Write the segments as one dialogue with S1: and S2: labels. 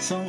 S1: 生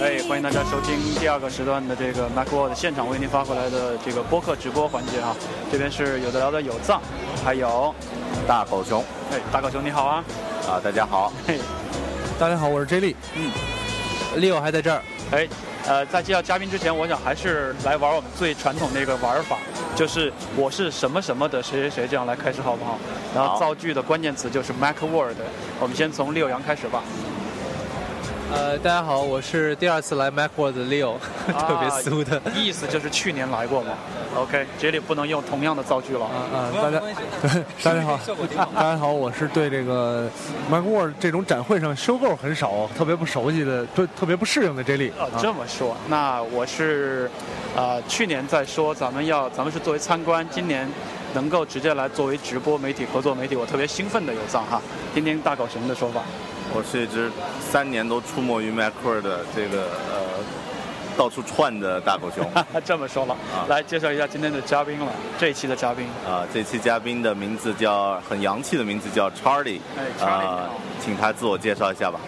S2: 哎，欢迎大家收听第二个时段的这个 MacWorld 现场为您发回来的这个播客直播环节啊。这边是有的聊的有藏，还有
S3: 大狗熊
S2: 哎大狗熊你好啊，
S3: 啊，大家好，
S2: 嘿，
S4: 大家好，我是 J 莉。
S2: 嗯
S4: ，Leo 还在这儿。
S2: 哎，呃，在介绍嘉宾之前，我想还是来玩我们最传统的一个玩法，就是我是什么什么的谁谁谁这样来开始好不好？然后
S3: 好
S2: 造句的关键词就是 MacWorld，我们先从六阳开始吧。
S4: 呃，大家好，我是第二次来 Macworld 的 Leo，、特 别酥的。
S2: 啊意思就是去年来过嘛。OK，这里不能用同样的造句了。
S4: 啊啊！大家， 大家好，大家好，我是对这个 Macworld 这种展会上收购很少、特别不熟悉的、对特别不适应的 J 莉。
S2: 哦，这么说，那我是，呃，去年在说咱们要，咱们是作为参观，今年能够直接来作为直播媒体合作媒体，我特别兴奋的有藏哈。听听大狗熊的说法，
S3: 我是一只三年都出没于 Macworld 的这个呃到处窜的大狗 熊啊、
S2: 他这么说了，
S3: 啊
S2: 来介绍一下今天的嘉宾了，这一期的嘉宾，
S3: 这期嘉宾的名字叫很洋气的名字叫 Charlie，
S2: 哎
S3: 啊、
S2: ，Charlie，你好
S3: 请他自我介绍一下吧。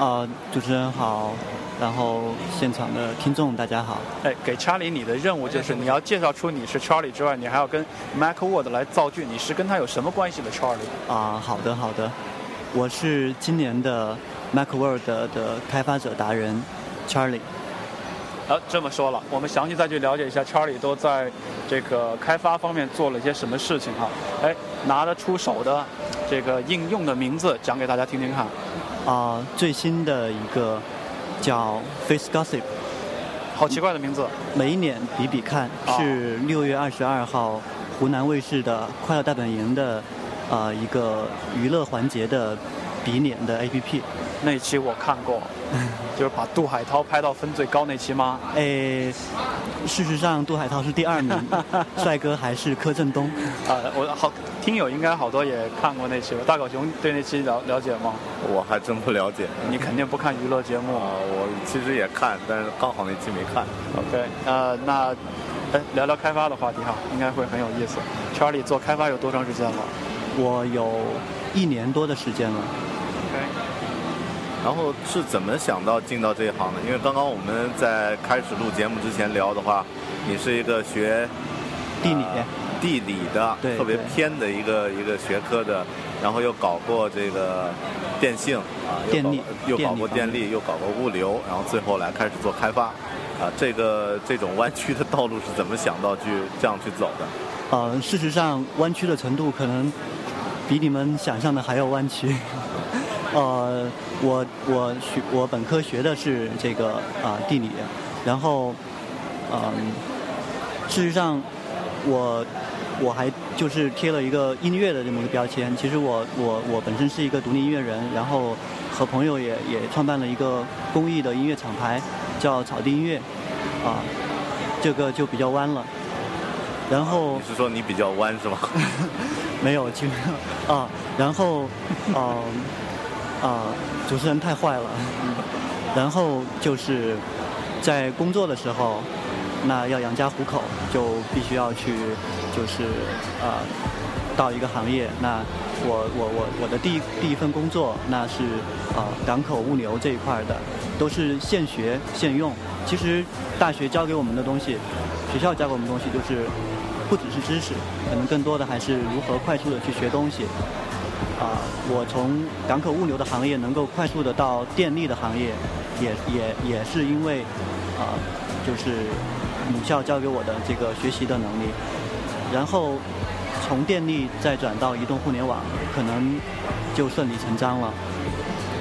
S5: 呃，主持人好，然后现场的听众大家好。
S2: 哎，给查理你的任务就是你要介绍出你是 Charlie 之外，你还要跟 Mac Word 来造句，你是跟他有什么关系的 Charlie？
S5: 啊、好的好的，我是今年的 Macworld 的的开发者达人 Charlie。
S2: 啊，这么说了，我们详细再去了解一下 Charlie 都在这个开发方面做了一些什么事情哈。哎，拿得出手的这个应用的名字讲给大家听听看。
S5: 啊、最新的一个叫 Face Gossip，
S2: 好奇怪的名字，
S5: 每脸比比看，
S2: 哦
S5: 是六月二十二号湖南卫视的《快乐大本营》的呃一个娱乐环节的比脸的 APP。
S2: 那一期我看 过，就是把杜海涛拍到分最高那期吗？
S5: 诶，事实上杜海涛是第二名，帅哥还是柯震东。
S2: 啊、我好听友应该好多也看过那期吧。大狗熊对那期了了解吗？
S3: 我还真不了解
S2: 你肯定不看娱乐节目
S3: 啊、。我其实也看，但是刚好那期没看。
S2: OK，呃，那。哎，聊聊开发的话题哈，应该会很有意思。Charlie 做开发有多长时间了
S5: 我有一年多的时间了。
S2: ？OK，
S3: 然后是怎么想到进到这一行的？因为刚刚我们在开始录节目之前聊的话，你是一个学
S5: 地理
S3: 呃地理的，
S5: 对
S3: 特别
S5: 对
S3: 偏的一个一个学科的，然后又搞过这个电信啊，又
S5: 电
S3: 搞
S5: 力
S3: 又搞过
S5: 电力
S3: 电力，又搞过物流，然后最后来开始做开发。啊，这个这种弯曲的道路是怎么想到去这样去走的？
S5: 呃，事实上弯曲的程度可能比你们想象的还要弯曲。呃，我我学我本科学的是这个啊、地理，然后嗯、事实上我我还就是贴了一个音乐的这么一个标签。其实我我我本身是一个独立音乐人，然后和朋友也也创办了一个公益的音乐厂牌，叫草地音乐，啊、这个就比较弯了。然后
S3: 你是说你比 较弯是吗？
S5: 没有去啊，然后，嗯、啊、主持人太坏了。然后就是在工作的时候，那要养家糊口，就必须要去，就是啊、到一个行业。那我我我我的第一第一份工作，那是啊、港口物流这一块的，都是现学现用。其实大学教给我们的东西，学校教给我们的东西，就是不只是知识，可能更多的还是如何快速的去学东西。啊、我从港口物流的行业能够快速的到电力的行业，也也也是因为啊、就是母校教给我的这个学习的能力，然后从电力再转到移动互联网，可能就顺理成章了。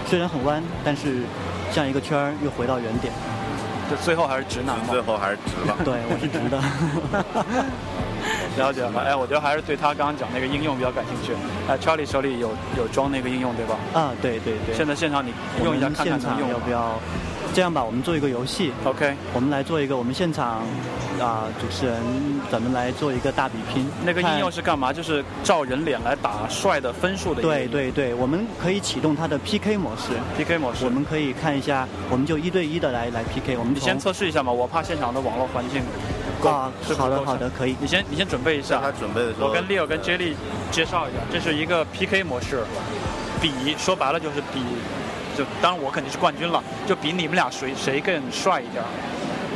S5: 虽然很弯，但是像一个圈儿又回到原点。
S2: 就最后还是直男嘛
S3: 最。后还是值 了。
S5: 对，我是直的。
S2: 了解了，哎，我觉得还是对他刚刚讲那个应用比较感兴趣。哎，Charlie 手里有有装那个应用对吧？
S5: 啊，对对对。
S2: 现在现场你
S5: 我
S2: 用一下
S5: 们
S2: 看看
S5: 现
S2: 能
S5: 场
S2: 用
S5: 要不要？这样吧，我们做一个游戏，
S2: ？OK，
S5: 我们来做一个，我们现场啊、主持人，咱们来做一个大比拼。
S2: 那个
S5: 看
S2: 应用是干嘛？就是照人脸来打帅的分数的一个
S5: 对对对，我们可以启动它的 PK 模式，
S2: PK 模式。
S5: 我们可以看一下，我们就一对一的来来 PK。我们
S2: 你先
S5: 从
S2: 测试一下嘛，我怕现场的网络环境
S5: 啊
S2: 是，不
S5: 好的
S2: 够
S5: 好
S2: 呛
S5: 的，可以。
S2: 你先你先准备一
S3: 在
S2: 下
S3: 他。准备的时候，
S2: 我跟 Leo 跟 Jelly 介绍一下，这是一个 PK 模式，比说白了就是比，就当然我肯定是冠军了，就比你们俩谁谁更帅一点儿，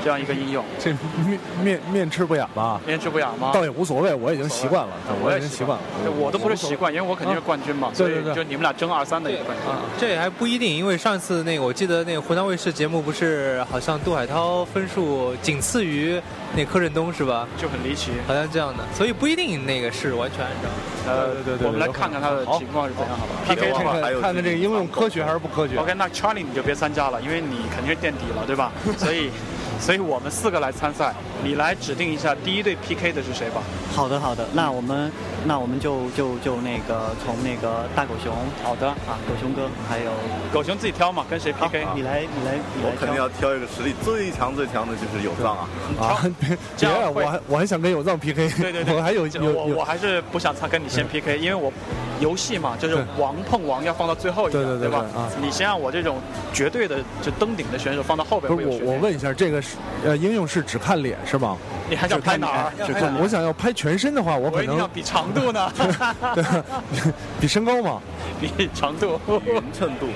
S2: 这样一个应用。
S4: 这面面面吃不雅吧？
S2: 因为这不雅吗？
S4: 倒也无所谓，我已经习惯了，
S2: 啊
S4: 我
S2: 我
S4: 已经习惯了。
S2: 对我都不是习惯，因为我肯定是
S4: 啊
S2: 冠军嘛，
S4: 对对
S2: 所以
S4: 对
S2: 就你们俩争二三的一个冠军。
S6: 啊，这也还不一定，因为上次那个我记得那个湖南卫视节目不是好像杜海涛分数仅次于那柯震东是吧？
S2: 就很离奇，
S6: 好像这样的，所以不一定那个是完全按照。
S2: 呃，
S4: 对对对对
S2: 我们来
S4: 有可
S2: 看
S4: 能
S2: 看他的
S4: 好
S2: 情况是怎样，好吧
S4: PK
S3: 网
S4: 看
S3: 还有
S4: 看看看这个应用
S3: 这个
S4: 科学还是不科学？
S2: ？OK，那 Charlie 你就别参加了，因为你肯定是垫底了，对 吧？所以，所以我们四个来参赛，你来指定一下第一对 PK 的是谁吧。
S5: 好的好的，那我们那我们就就就那个从那个大狗熊
S2: 好的，
S5: 啊，狗熊哥还有
S2: 狗熊自己挑嘛，跟谁
S5: 好
S2: PK？，
S5: 你来你来你
S3: 我
S5: 来
S3: 肯定
S5: 挑
S3: 要挑一个实力最强最强的，就是有 藏啊。
S4: 啊，别
S2: 这
S4: 别
S2: 样
S4: 啊，
S2: 会
S4: 我还我还想跟有藏 PK，
S2: 对对对，
S4: 我还有
S2: 这
S4: 有嗯
S2: 我我
S4: 有，
S2: 还是不想参跟你先 PK，因为我游戏嘛，就是
S4: 对
S2: 王碰王要放到最后一个，
S4: 对对对
S2: 吧
S4: 对啊？
S2: 你先让我这种绝对的就登顶的选手放到后边，
S4: 不是
S2: 有
S4: 我
S2: 悬
S4: 我
S2: 念，
S4: 问一下，这个是呃应用是只看脸是吗？
S2: 你还想拍哪儿？
S5: 只看
S4: 啊我想要拍全身的话，我
S2: 我
S4: 可
S2: 一定要
S4: 能
S2: 比长度呢，
S4: 对比身高嘛。
S2: 比长 度。
S3: 匀称度，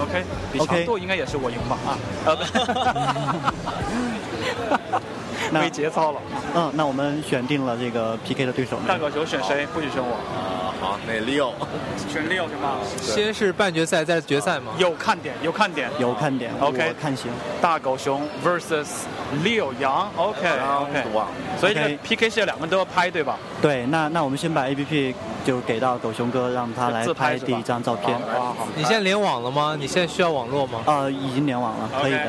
S2: OK，比长度应该也是我赢吧？啊，呃，
S5: 那
S2: 没节操了。
S5: 嗯，那我们选定了这个 PK 的对手
S2: 大
S5: 呢。
S2: 狗熊选谁？不许选我，
S3: 啊，好，那 Leo
S2: 选 Leo 是吗？
S6: 先是半决赛，再是决赛嘛。
S2: 有看点，有看点。
S5: 有看点
S2: OK
S5: 我看行。
S2: 大狗熊 vs 六羊，OK
S3: 刚
S2: OK，
S3: 网，
S2: 所以这个
S5: OK
S2: PK 是两个人都要拍对吧？
S5: 对，那那我们先把 A P P 就给到狗熊哥，让他来
S2: 自拍
S5: 拍
S2: 是吧
S5: 第一张照片。
S2: 啊好，
S6: 你现在联网了吗？你现在需要网络吗？
S5: 呃，已经联网了，可以的。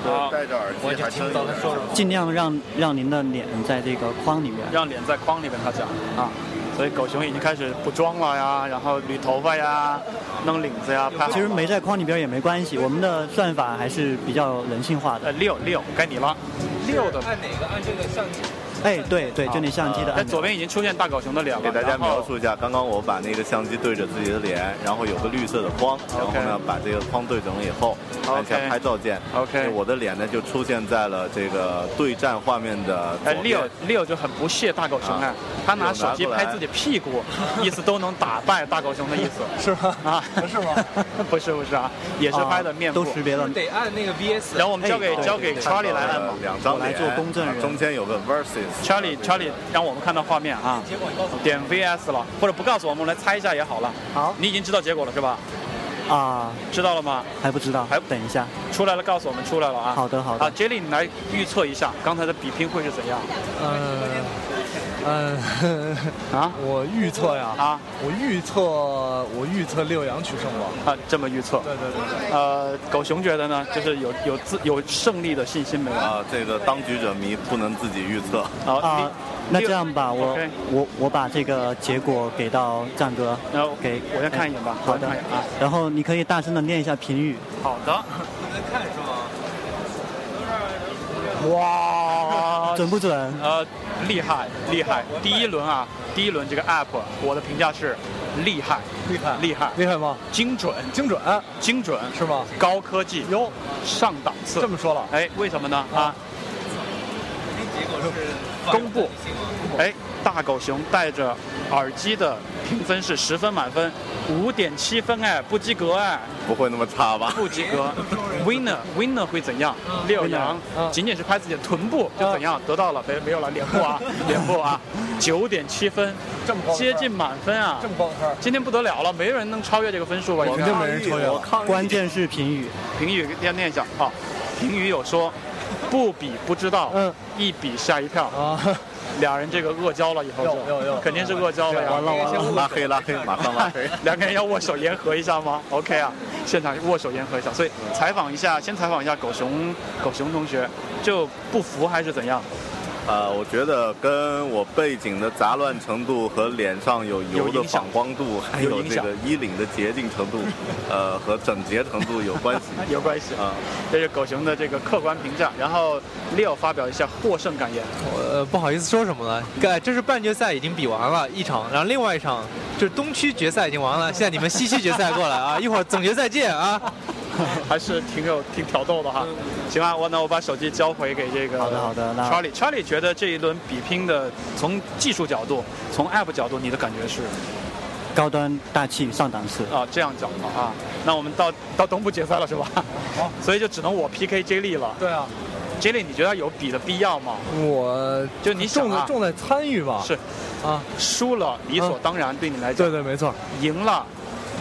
S3: 这个戴着
S2: 哎
S3: 耳机还真有点
S6: 了。
S5: 尽量让让您的脸在这个框里面。
S2: 让脸在框里面，他讲啊。所以狗熊已经开始补妆了呀，然后捋头发呀，弄领子呀，拍好了
S5: 其实没在框里边也没关系，我们的算法还是比较人性化的。
S2: 呃六六该你了，六的
S6: 按哪个？按这个相机。
S5: 哎，对对，就那相机的
S2: 呃在
S5: 按钮
S2: 左边已经出现大狗熊的脸了，
S3: 给大家
S2: 然后
S3: 描述一下，刚刚我把那个相机对着自己的脸，然后有个绿色的框，然后呢把这个框对准了以后，按下
S2: OK
S3: 拍照键。
S2: OK
S3: 那我的脸呢就出现在了这个对战画面的
S2: 哎
S3: 左，
S2: 六
S3: 边。
S2: 六就很不屑大狗熊哎
S3: 啊，
S2: 他拿手机拍自己屁股，意思都能打败大狗熊的意思
S4: 是吧？
S2: 啊？不是吗？ 不是不是啊，也是拍的面部
S5: 哦都。识别了。
S6: 得按那个 VS
S2: 然后我们交给
S5: 哎对
S2: 交给
S3: 看到
S2: Charlie 来按吧
S3: 了呃两张
S5: 我来
S3: 脸
S5: 做公证人
S3: 啊中间有个 versus。
S2: ，Charlie Charlie 让我们看到画面啊，点 VS 了，或者不告诉我们，我们来猜一下也好了。
S5: 好
S2: 你已经知道结果了是吧？
S5: 啊，
S2: 知道了吗？
S5: 还不知道，
S2: 还
S5: 等一下。
S2: 出来了，告诉我们出来了啊。
S5: 好的好
S2: 啊
S5: 的。
S2: ，Jelly，你来预测一下刚才的比拼会是怎样
S4: 嗯嗯，
S2: 啊？
S4: 我预测呀，
S2: 啊
S4: 我预测我预测六阳取胜吧。
S2: 啊，这么预测。
S4: 对对对对，
S2: 呃，狗熊觉得呢，就是有有自有胜利的信心没有？
S3: 啊，这个当局者迷，不能自己预测。
S2: 好，
S5: 啊
S2: 第，
S5: 那这样吧，
S2: 六
S5: 我
S2: OK
S5: 我我把这个结果给到战哥，
S2: 然后
S5: 给
S2: 我先看一眼吧，
S5: 好
S2: 我
S5: 的
S2: 先看一眼啊。
S5: 然后你可以大声的念一下评语。
S2: 好 的，
S6: 看是吗？
S2: 哇，
S5: 准不准？
S2: 呃呃，厉害厉害！第一轮啊，第一轮这个 app，我的评价是厉害，
S4: 厉害
S2: 厉害，
S4: 厉害吗？
S2: 精准，
S4: 精准
S2: 精准
S4: 是吗？
S2: 高科技，
S4: 哟，
S2: 上档次。
S4: 这么说了，
S2: 哎，为什么呢？啊，公布，哎，大狗熊带着耳机的评分是十分满分，五点七分，哎，不及格，哎，
S3: 不会那么差吧？
S2: 不及格。Winner Winner 会怎样？六阳
S4: 嗯
S2: 仅仅是拍自己的臀部就怎样？得到了没没有了脸部 啊，脸部啊，九点七分，
S4: 这么高的分
S2: 接近满分啊
S4: 这！么高的分儿，
S2: 今天不得了了，没人能超越这个分数吧？应该
S4: 肯定没人超越了
S3: 我抗议
S5: 呃关键是评语，
S2: 评语要念一下啊。评语有说，不比不知道，
S4: 嗯
S2: 一比吓一跳。
S4: 啊，
S2: 俩人这个恶交了以后
S4: 有有有
S2: 就肯定是恶交了呀。
S4: 完了完了，
S3: 拉黑拉黑，马上拉黑。
S2: 两个人要握手言和一下吗？OK 啊，现场握手言和一下。所以采访一下，先采访一下狗熊，狗熊同学就不服还是怎样？
S3: 呃，我觉得跟我背景的杂乱程度和脸上有
S2: 有
S3: 油的
S2: 影响
S3: 反光度，还
S2: 有
S3: 有
S2: 影
S3: 这
S2: 响
S3: 个衣领的洁净 程度，呃，和整洁程度有关系。
S2: 有关系
S3: 啊，
S2: 这是狗熊的这个客观评价。然后 Leo 发表一下获胜感言。
S6: 呃，不好意思说什么了，该这是半决赛已经比完了一场，然后另外一场就是东区决赛已经完了，现在你们西区决赛过来 啊，一会儿总决赛见啊。
S2: 还是挺有挺挑逗的哈。行啊，我那我把手机交回给这个
S5: 嗯好的好的那
S2: Charlie Charlie 觉得这一轮比拼的，从技术角度，从 App 角度，你的感觉是
S5: 高端大气上档次。
S2: 啊这样讲的啊？那我们到到东部决赛了是吧？
S5: 哦
S2: 好，所以就只能我 PK J 莉了。
S4: 对啊，
S2: J 莉，你觉得有比的必要吗？
S4: 我
S2: 就你想
S4: 重
S2: 啊
S4: 在重在参与吧，
S2: 是
S4: 啊，嗯
S2: 输了理所当然，对你来讲
S4: 对；对没错，
S2: 赢了，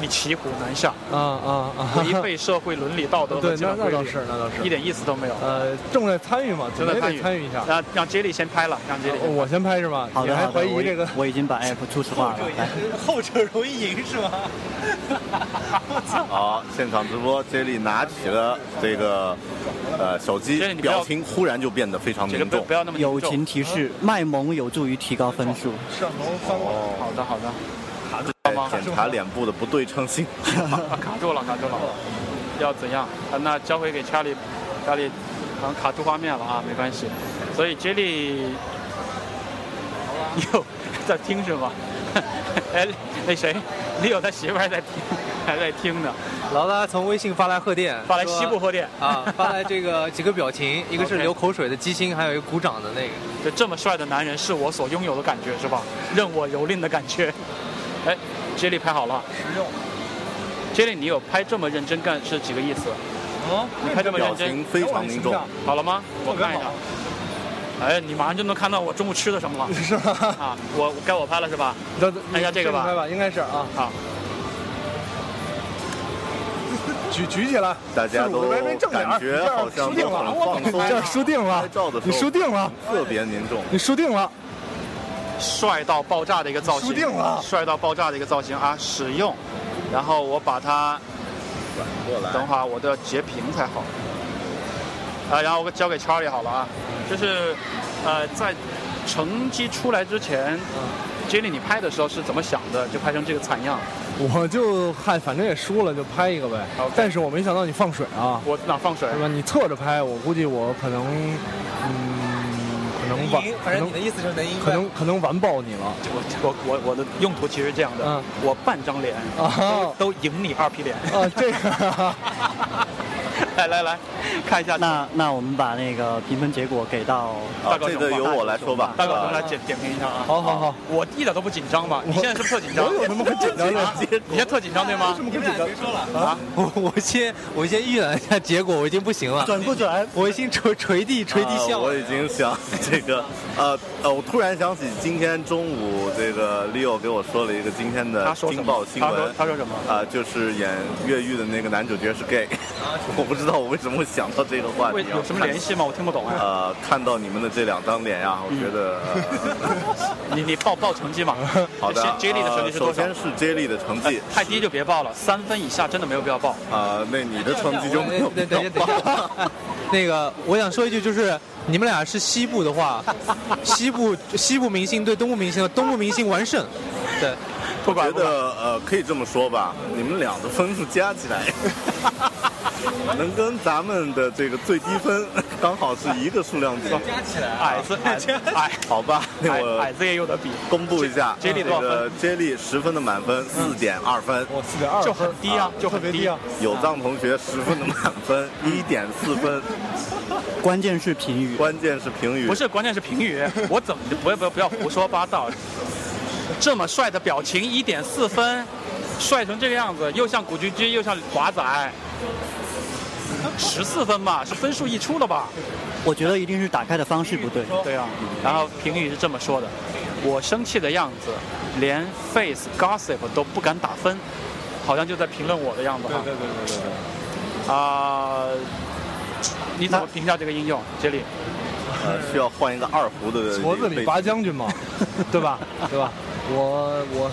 S2: 你骑虎难 下，
S4: 啊啊啊，
S2: 违背社会伦理道德和
S4: 对
S2: 基
S4: 那
S2: 本
S4: 那
S2: 规
S4: 倒
S2: 律，
S4: 是那倒
S2: 一
S4: 是，
S2: 点意思都没有。
S4: 呃，重在参与嘛，
S2: 真
S4: 总
S2: 的
S4: 也
S2: 参
S4: 得
S2: 与
S4: 参与一下。
S2: 那让 J 莉先拍了，让
S6: 啊
S2: J 莉。
S4: 我先拍是吧？
S5: 好
S4: 你
S5: 的，
S4: 还
S5: 好的
S4: 怀疑
S5: 我已
S4: 这个？
S5: 我已经把哎 app 初始 化了。来，
S6: 后者容易赢是吗？
S3: 好，现场直播，Jelly 拿起了这个呃手机
S2: Jelly，，你不要
S3: 表情忽然就变得非常
S2: 这个
S3: 凝
S2: 不
S3: 重
S2: 不。要那么凝
S5: 友
S2: 重
S5: 情提示：卖萌有助于提高分数。
S2: 好的好的，
S3: 哎
S2: 吗
S3: 检查脸部的不对称性。
S2: 啊卡住了卡住了，要怎样？啊那交回给查理，查理好像卡住画面了啊，没关系。所以杰 里又在听是吗？ 哎那谁，李友他媳妇儿还在听， 还在听呢，
S6: 劳拉从微信发来贺电，
S2: 发来
S6: 说
S2: 西部贺电
S6: 啊，发来这个几个表 情，一个是
S2: OK
S6: 流口水的鸡心，还有一个鼓掌的那个。
S2: 就这么帅的男人是我所拥有的感觉是吧？任我蹂躏的感觉。 哎，杰里拍好了，实用。杰里，你有拍这么认真干是几个意思？
S4: 嗯，
S2: 你拍这么认
S3: 表
S2: 真
S3: 情，非常凝重，
S2: 好了吗？我看一
S4: 特别
S2: 下
S4: 好。
S2: 哎，你马上就能看到我中午吃的什么了
S4: 是吧？
S2: 啊！我我该我拍了是吧？
S4: 那
S2: 看一下这个吧
S4: 拍吧，应该是啊，
S2: 好，
S4: 举举起来，
S3: 大家都
S4: 45来没正脸
S3: 感觉好像
S4: 你这样输
S3: 都
S4: 定了，
S3: 很
S4: 我
S3: 放松。
S4: 这样输定了
S3: 拍照的时候
S4: 你输定了，
S3: 特别凝重。
S4: 你输定了，
S2: 帅到爆炸的一个造型，
S4: 输定了
S2: 帅到爆炸的一个造型啊！使用，然后我把它，
S3: 过来
S2: 等会儿我都要截屏才好。啊，然后我交给 Charlie 好了啊，就是，呃，在成绩出来之前。Jenny，你拍的时候是怎么想的？就拍成这个惨样，
S4: 我就嗨，反正也输了，就拍一个呗
S2: OK。
S4: 但是我没想到你放水啊，
S2: 我哪放水？
S4: 是吧？你侧着拍，我估计我可能，嗯，可能完，可能
S6: 意思就是能赢
S4: 可能可能完爆你了。
S2: 我我我我的用途其实是这样的，
S4: 嗯
S2: 我半张脸
S4: 哦
S2: 都都赢你二皮脸。
S4: 啊，这个
S2: 来来来，看一下
S5: 那那我们把那个评分结果给到
S3: 啊，
S2: 大狗
S3: 这
S2: 熊
S3: 个
S2: 吧
S3: 由我来说吧。
S2: 大狗熊来点点评一下啊。
S4: 好好好，
S2: 我一点都不紧张吧？你现在是不是特紧张？啊
S4: 我有什么可 紧张的？
S2: 你现在特紧张对吗？
S6: 我我先我先预览一下结果，我已经不行了，
S5: 准不准？
S6: 我已经垂垂地垂地
S3: 啊
S6: 笑
S3: 我
S6: 了。
S3: 已经想这个， 呃呃，我突然想起今天中午这个 Leo 给我说了一个今天的
S2: 他说什
S3: 惊爆
S2: 么？
S3: 新
S2: 他说
S3: 闻。
S2: 他说什么？
S3: 啊，就是演越狱的那个男主角是 gay，我不知道我为什么会想到这个话
S2: 啊为
S3: 题啊。
S2: 有什么
S3: 看
S2: 联？系嗯吗？我听不懂啊。
S3: 呃，看到你们的这两张脸呀，我觉得
S2: 你你报报成绩嘛？
S3: 呃好的。
S2: J 莉的 成绩是
S3: 呃
S2: 多
S3: 首
S2: 少啊
S3: 先？是 J 莉的成绩，
S2: 太低就别报了，三分以下真的没有必要报。
S3: 啊，那你的成绩就
S2: 啊
S3: 没有
S6: 等等一下，等一下，那个我想说一句，就是你们俩是西部的话，西部西部明星对东部明星的，东部明星完胜。对，
S2: 不
S3: 觉
S2: 管不管，
S3: 得呃，可以这么说吧，你们俩的 分数加起来，能跟咱们的这个最低分刚好是一个数量级。
S2: 加起来，
S4: 啊
S2: 矮子矮子 矮
S3: 好吧，那
S2: 矮
S3: 我
S2: 矮子也有的比，
S3: 公布一下，
S2: J- Jelly
S3: 这
S2: 哎多少嗯
S3: 个 Jelly 十分的满分，四点二分。
S4: 我四点二
S2: 就很低啊，就
S4: 特
S2: 很
S4: 别低啊。
S3: 有藏同学十分的满分，
S2: 嗯
S3: 一点四分，
S5: 关键是评语，
S3: 关键是评语。
S2: 不，是，关键是评语，我怎么不要不要不要胡说八道？这么帅的表情，一点四分，帅成这个样子，又像古巨基，又像华仔，十四分吧，是分数溢出了吧？
S5: 我觉得一定是打开的方式不对。
S2: 对啊，然后评语是这么说的：我生气的样子，连 face gossip 都不敢打分，好像就在评论我的样子哈。对对对对对。啊、你怎么评价这个应用，杰里？
S3: 呃，需要换一个二胡的
S4: 矬子里拔
S3: 背景
S4: 将军嘛，对吧？对吧？我我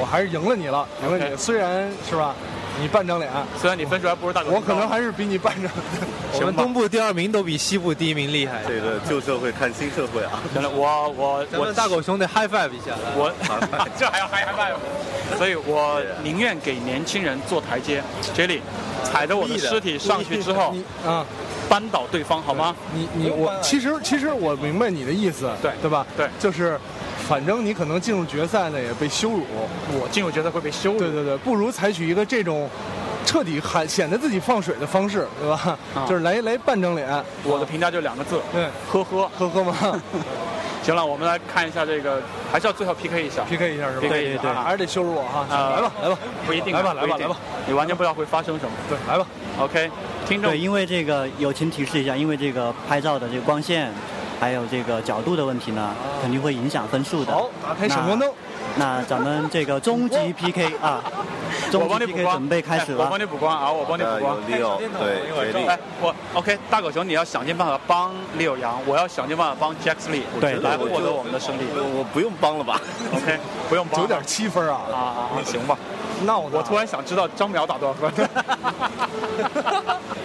S4: 我还是赢了你了，赢了你。
S2: OK
S4: 虽然是吧，你半张脸，
S2: 虽然你分数还不如大狗
S4: 我
S2: 熊高，
S4: 可能还是比你半张。
S6: 我们东部第二名都比西部第一名厉害。
S3: 这个旧社会看新社会啊，
S2: 行了，我我
S6: 咱
S2: 我
S6: 们大狗熊得 high five 一下。
S2: 我 这还要还还卖我，所以我宁愿给年轻人做台阶。杰里，踩着我的尸体上去之后
S4: 你，啊，
S2: 扳倒对方好
S6: 啊
S2: 吗？
S4: 你你
S6: 呃
S4: 我，其实其实我明白你的意思，
S2: 对
S4: 对吧？
S2: 对
S4: 就是，反正你可能进入决赛呢也被羞辱，
S2: 我进入决赛会被羞辱。
S4: 对对对，不如采取一个这种彻底喊显得自己放水的方式，对吧？
S2: 啊
S4: 就是来来半张脸，
S2: 我的评价就两个字，
S4: 对，
S2: 呵呵。
S4: 呵呵嘛
S2: 行了，我们来看一下这个，还是要最后 PK 一下。
S4: ，PK 一下是吧？
S2: PK 一下
S4: 啊还是得羞辱我哈，
S2: 啊
S4: 来吧来吧，
S2: 不一定，
S6: 啊
S2: 啊不
S4: 来吧
S2: 一定
S4: 来吧来吧，
S2: 你完全不知道会发生什么。
S4: 对，来吧，
S2: OK，听众
S5: 对，因为这个友情提示一下，因为这个拍照的这个光线，还有这个角度的问题
S2: 啊
S5: 呢，肯定会影响分数的。
S4: 好，打开闪光灯，
S5: 那咱们这个终极 PK 啊，
S2: 我
S5: 终
S2: 帮
S5: 极
S2: 你补
S5: PK
S2: 光，
S5: 准备开始
S2: 哎我帮
S5: 了。
S2: 你补光啊，我帮你
S3: 呃，
S2: 补光
S3: 有。Leo 对接力
S2: 哎，我 OK，大狗熊，你要想尽办法帮李友阳，我要想尽办法帮 Jax Lee，
S5: 对
S2: 哎来获得我们的胜利。
S3: 我我不用帮了吧？
S2: OK，不用帮。
S4: 九点七分啊，
S2: 啊啊，啊行吧。
S4: 闹的。
S2: 我突然想知道张淼打多少分。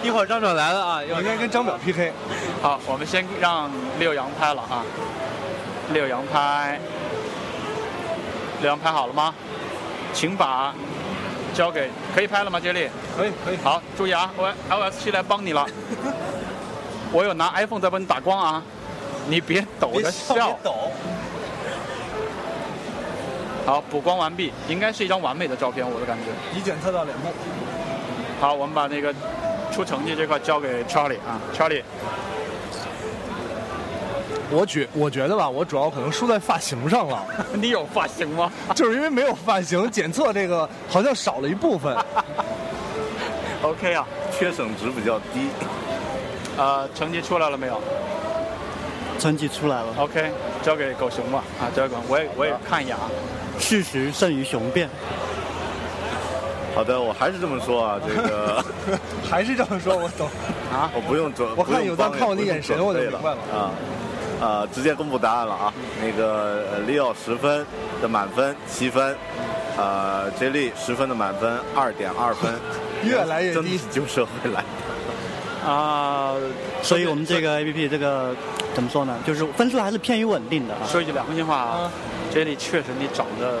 S6: 一会儿张淼来了啊，
S4: 我应该跟张淼 PK，
S2: 好，我们先让六阳拍了啊。六阳拍，六阳拍好了吗？请把交给可以拍了吗，接力？
S4: 可以可以。
S2: 好，注意啊，O iOS 七来帮你了。我有拿 iPhone 在帮你打光啊，你别抖着笑。好，补光完毕，应该是一张完美的照片，我的感觉。
S4: 以检测到脸部。
S2: 好，我们把那个出成绩这块交给 Charlie 啊，Charlie，
S4: 我觉我觉得吧，我主要可能输在发型上了，
S2: 你有发型吗？
S4: 就是因为没有发型，检测这个好像少了一部分。
S2: OK 啊，
S3: 缺省值比较低，
S2: 呃，成绩出来了没有
S5: 成绩出来了，
S2: ？OK，交给狗熊吧。啊，交给狗，我也我也看一眼啊。
S5: 事实胜于雄辩。
S3: 好的，我还是这么 说啊，这个
S4: 还是这么说，我懂。
S3: 我不用准，
S4: 啊我看
S3: 不用
S4: 有在
S3: 帮
S4: 看我
S3: 也
S4: 的
S3: 不用
S4: 眼神
S3: 准
S4: 我就
S3: 备
S4: 明白了
S3: 啊。呃，直接公布答案了啊！那个呃 Leo 十分的满分七分，呃，Jelly 十分的满分二点二分，
S4: 越来越低
S3: 真的是旧社会来的。
S2: 啊、
S5: 所以我们这个 APP 这个怎么说呢？就是分数还是偏于稳定的啊。
S2: 说一句良心话啊，这里确实你长得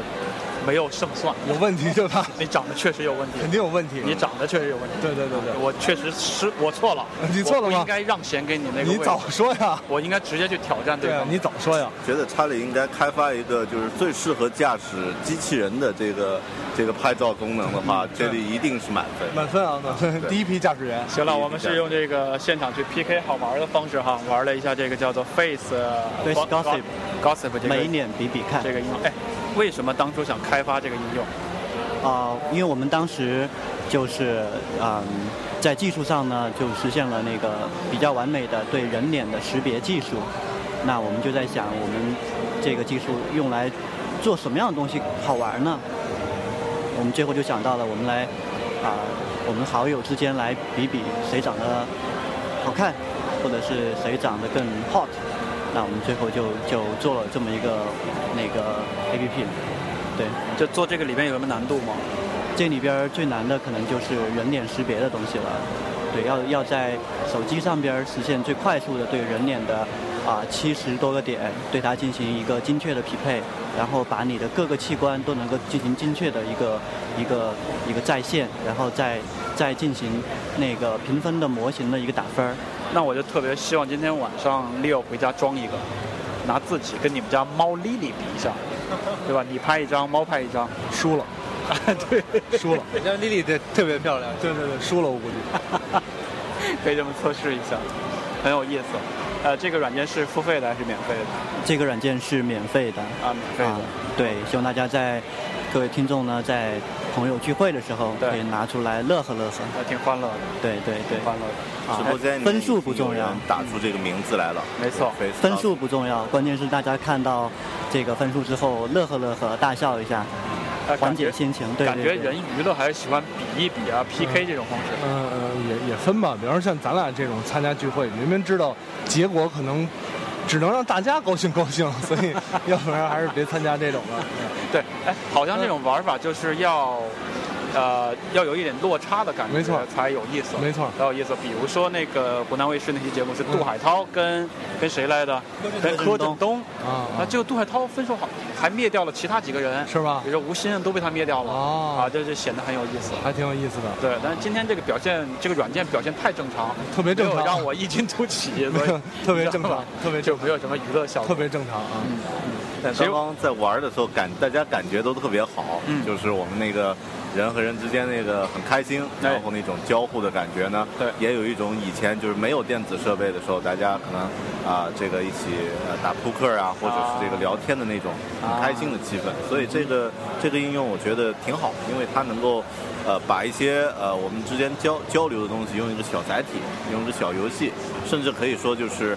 S2: 没有胜算，
S4: 有问题对吧？
S2: 你长得确实有问题，
S4: 肯定有问题。
S2: 你长得确实有问题。
S4: 对对对对，
S2: 我确实是我错了
S4: 你错了吗
S2: 我不应该让贤给你那个位置
S4: 你早说呀！
S2: 我应该直接去挑战
S4: 对
S2: 方
S4: 啊，。你早说呀！
S3: 觉得查理应该开发一个就是最适合驾驶机器人的这个这个拍照功能的话，
S4: 嗯
S3: 这里一定是满分。
S4: 满分啊，满分！第一批驾驶员，
S2: 行了，我们是用这个现场去 PK 好玩的方式哈，玩了一下这个叫做 Face 呃
S5: Face
S2: Go- Go-
S5: Gossip
S2: Gossip 这个
S5: 每一年比比看
S2: 这个应用。哎，为什么当初想开发这个应用？
S5: 啊、因为我们当时就是嗯，在技术上呢，就实现了那个比较完美的对人脸的识别技术。那我们就在想，我们这个技术用来做什么样的东西好玩呢？我们最后就想到了，我们来啊、我们好友之间来比比谁长得好看，或者是谁长得更 hot。那我们最后就就做了这么一个那个 APP，对。
S2: 就做这个里面有什么难度吗？
S5: 这里边儿最难的可能就是人脸识别的东西了，对，要要在手机上边儿实现最快速的对人脸的啊七十多个点，对它进行一个精确的匹配，然后把你的各个器官都能够进行精确的一个一个一个在线，然后再再进行那个评分的模型的一个打分儿。
S2: 那我就特别希望今天晚上 Leo 回家装一个，拿自己跟你们家猫 Lily 比一下，对吧？你拍一张，猫拍一张，
S4: 输了，
S2: 对，
S4: 输了，
S6: 像丽丽这特别漂亮，
S4: 对对对，输了我估计。
S2: 可以这么测试一下，很有意思。呃，这个软件是付费的还是免费的？
S5: 这个软件是免费的
S2: 啊，免费的。
S5: 啊，对，希望大家在各位听众呢，在朋友聚会的时候
S2: 对
S5: 可以拿出来乐呵乐呵。
S2: 呃，挺欢乐的，
S5: 对对对
S2: 挺，欢乐的，
S5: 啊
S3: 直播间里面
S5: 分数不重
S3: 有
S5: 要
S3: 人，打出这个名字来了，
S2: 没错。
S3: 非常
S5: 分数不重要，关键是大家看到这个分数之后乐呵乐呵，大笑一下，
S2: 呃
S5: 缓
S2: 感
S5: 解
S2: 觉
S5: 心情。对
S2: 感觉
S5: 对对
S2: 人。娱乐还是喜欢比一比啊、PK 这种方式。
S4: 嗯、呃，也也分吧。比方说像咱俩这种参加聚会，明明知道结果可能只能让大家高兴高兴，所以 要不然还是别参加这种了。
S2: 对，哎，好像这种玩法就是要，呃，要有一点落差的感觉，
S4: 没错
S2: 才有意思，
S4: 没错
S2: 才有意思。比如说那个湖南卫视那期节目是杜海涛跟、跟谁来的？跟柯震东
S4: 嗯啊
S2: 啊，结果杜海涛分手好，还灭掉了其他几个人，
S4: 是吧
S2: 比如说吴昕都被他灭掉了，
S4: 哦
S2: 啊，这就显得很有意思。
S4: 还挺有意思的。
S2: 对，但是今天这个表现，这个软件表现太正常，
S4: 特别正常
S2: 没有让我异军突起， 所
S4: 没
S2: 以
S4: 有特别正
S2: 你知道
S4: 常
S2: 吧，
S4: 特别正
S2: 就没有什么娱乐效果
S4: 特。别正常啊。
S3: 但
S2: 其实
S3: 刚刚在玩的时候感，大家感觉都特别好，
S2: 嗯
S3: 就是我们那个人和人之间那个很开心，
S2: 哎
S3: 然后那种交互的感觉呢，
S2: 对
S3: 也有一种以前就是没有电子设备的时候，大家可能啊、这个一起呃打扑克啊，或者是这个聊天的那种很开心的气氛。所以这个这个应用我觉得挺好，因为它能够呃把一些呃我们之间交交流的东西用一个小载体，用一个小游戏，甚至可以说就是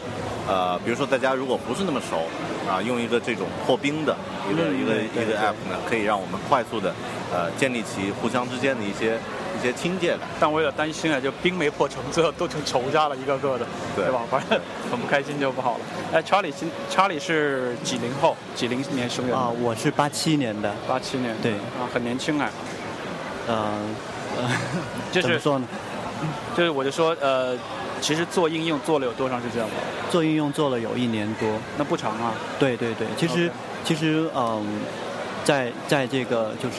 S3: 呃比如说大家如果不是那么熟啊，用一个这种破冰的一个、一个一个 app 呢，可以让我们快速的呃建立起互相之间的一些一些亲切感。
S2: 但我有点担心啊，就兵没破城，最后都成仇家了，一个个的，
S3: 对
S2: 吧？反正很不开心就不好了。哎，查理今查理是几零后？几零年生人
S5: 啊，？我是八七年的，
S2: 八七年。
S5: 对
S2: 啊，很年轻哎。
S5: 呃，呃
S2: 就
S5: 怎么
S2: 是
S5: 说呢？
S2: 就是，我就说呃，其实做应用做了有多长时间了？
S5: 做应用做了有一年多，
S2: 那不长啊。
S5: 对对对，其实
S2: OK
S5: 其实嗯，在在这个就是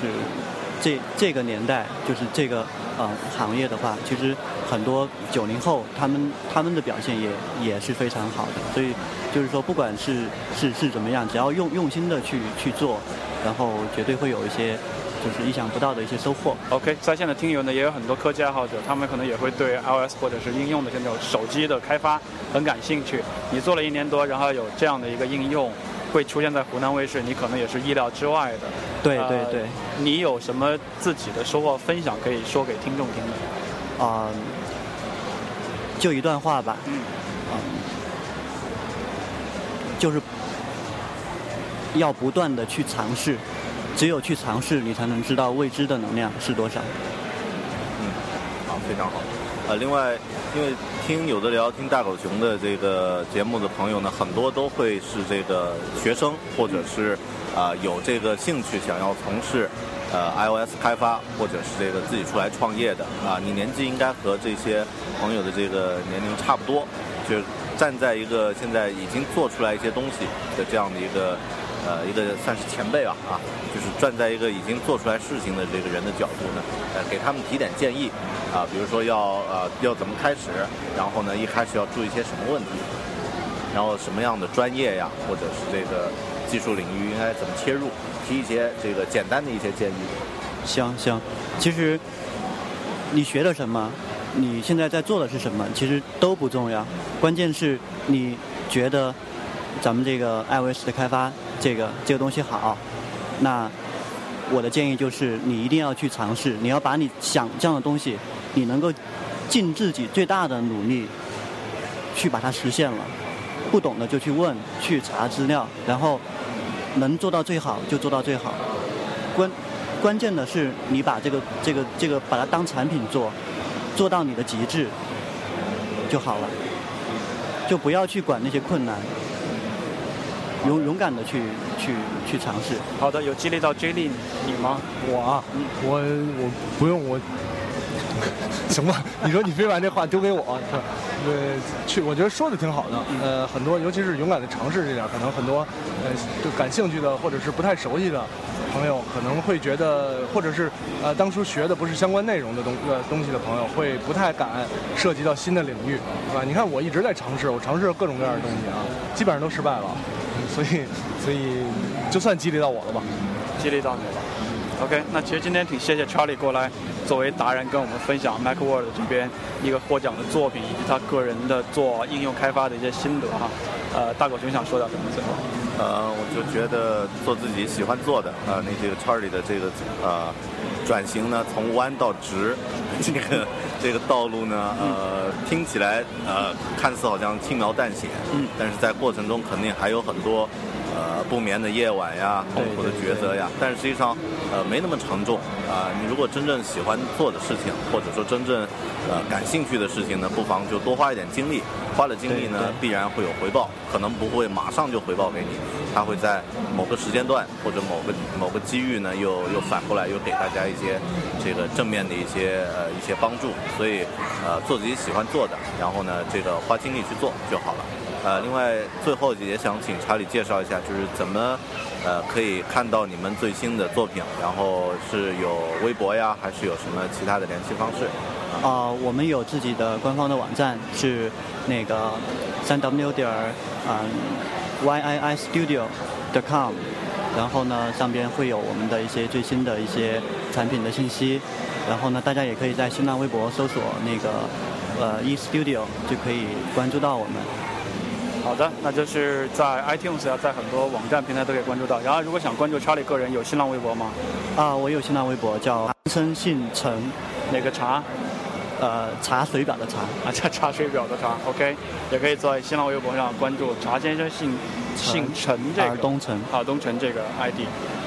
S5: 这这个年代，就是这个呃行业的话，其实很多九零后他们他们的表现也也是非常好的，所以就是说不管是是是怎么样，只要用用心的去去做，然后绝对会有一些就是意想不到的一些收获。
S2: OK，在线的听友呢，也有很多科技爱好者，他们可能也会对 iOS 或者是应用的这种手机的开发很感兴趣。你做了一年多，然后有这样的一个应用，会出现在湖南卫视，你可能也是意料之外的。
S5: 对
S2: 呃
S5: 对对。
S2: 你有什么自己的收获分享可以说给听众听的？
S5: 啊、就一段话吧。
S2: 嗯
S5: 嗯就是要不断的去尝试，只有去尝试，你才能知道未知的能量是多少。
S3: 啊，非常好。呃，另外，因为听有的聊、听大狗熊的这个节目的朋友呢，很多都会是这个学生，或者是啊、呃有这个兴趣想要从事呃 iOS 开发，或者是这个自己出来创业的啊、你年纪应该和这些朋友的这个年龄差不多，就站在一个现在已经做出来一些东西的这样的一个呃一个算是前辈吧啊，就是站在一个已经做出来事情的这个人的角度呢，呃，给他们提点建议啊、比如说要呃要怎么开始，然后呢一开始要注意些什么问题，然后什么样的专业呀，或者是这个技术领域应该怎么切入，提一些这个简单的一些建议。
S5: 行行，其实你学了什么，你现在在做的是什么，其实都不重要，关键是你觉得咱们这个 iOS 的开发这个这个东西好，那我的建议就是你一定要去尝试，你要把你想这样的东西，你能够尽自己最大的努力去把它实现了。不懂的就去问，去查资料，然后能做到最好就做到最好。关关键的是你把这个这个这个把它当产品做，做到你的极致就好了，就不要去管那些困难，勇勇敢的去去去尝试。
S2: 好的，有激励到 J 莉你吗？
S4: 我啊，我我不用我，行吧？你说你非把这话丢给我，呃，去，我觉得说的挺好的。呃，很多尤其是勇敢的尝试这点儿，可能很多呃就感兴趣的或者是不太熟悉的，朋友可能会觉得，或者是呃当初学的不是相关内容的东呃东西的朋友，会不太敢涉及到新的领域，是吧？你看我一直在尝试，我尝试了各种各样的东西啊，基本上都失败了，所以所以就算激励到我了吧。
S2: 激励到你了。OK，那其实今天挺谢谢 Charlie 过来，作为达人跟我们分享 MacWorld 这边一个获奖的作品以及他个人的做应用开发的一些心得哈。呃，大狗熊想说点什么最后？
S3: 呃，我就觉得做自己喜欢做的，呃，那这个 Charlie 的这个呃转型呢，从弯到直，这个这个道路呢，呃，听起来呃看似好像轻描淡写，
S2: 嗯
S3: 但是在过程中肯定还有很多呃不眠的夜晚呀，痛苦的抉择呀，但是实际上呃没那么沉重啊、你如果真正喜欢做的事情，或者说真正呃感兴趣的事情呢，不妨就多花一点精力，花了精力呢
S5: 对对
S3: 必然会有回报，可能不会马上就回报给你，它会在某个时间段或者某个某个机遇呢，又又反过来又给大家一些这个正面的一些呃一些帮助，所以呃做自己喜欢做的，然后呢这个花精力去做就好了。呃，另外最后也想请查理介绍一下，就是怎么呃可以看到你们最新的作品，然后是有微博呀，还是有什么其他的联系方式？
S5: 啊、我们有自己的官方的网站，是那个三 w 点儿啊 y i i studio com，然后呢上边会有我们的一些最新的一些产品的信息，然后呢大家也可以在新浪微博搜索那个呃 e studio 就可以关注到我们。
S2: 好的，那就是在 iTunes 啊呀，在很多网站平台都可以关注到。然后如果想关注 Charlie 个人，有新浪微博吗？
S5: 啊、我有新浪微博叫安生姓陈，
S2: 哪个茶？
S5: 呃查水表的查。
S2: 啊，查查水表的查，OK，也可以在新浪微博上关注查先生姓姓陈这个
S5: 尔东陈
S2: 啊东陈这个 ID，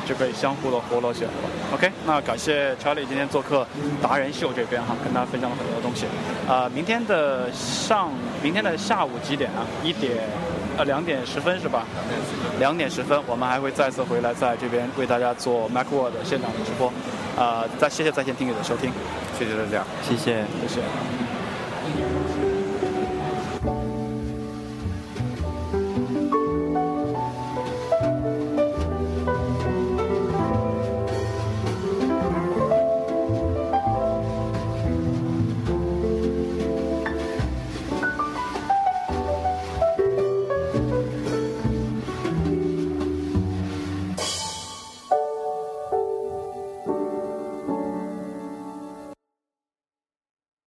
S2: 就可以相互的活络起来了。OK，那感谢查理今天做客达人秀这边哈、跟大家分享了很多东西。啊，明天的上明天的下午几点啊？一点呃两点十分是吧？两点十分，我们还会再次回来在这边为大家做 MacWorld 现场的直播。啊、再谢谢在线听友的收听，
S3: 谢谢大家。
S5: 谢谢。
S2: 谢谢。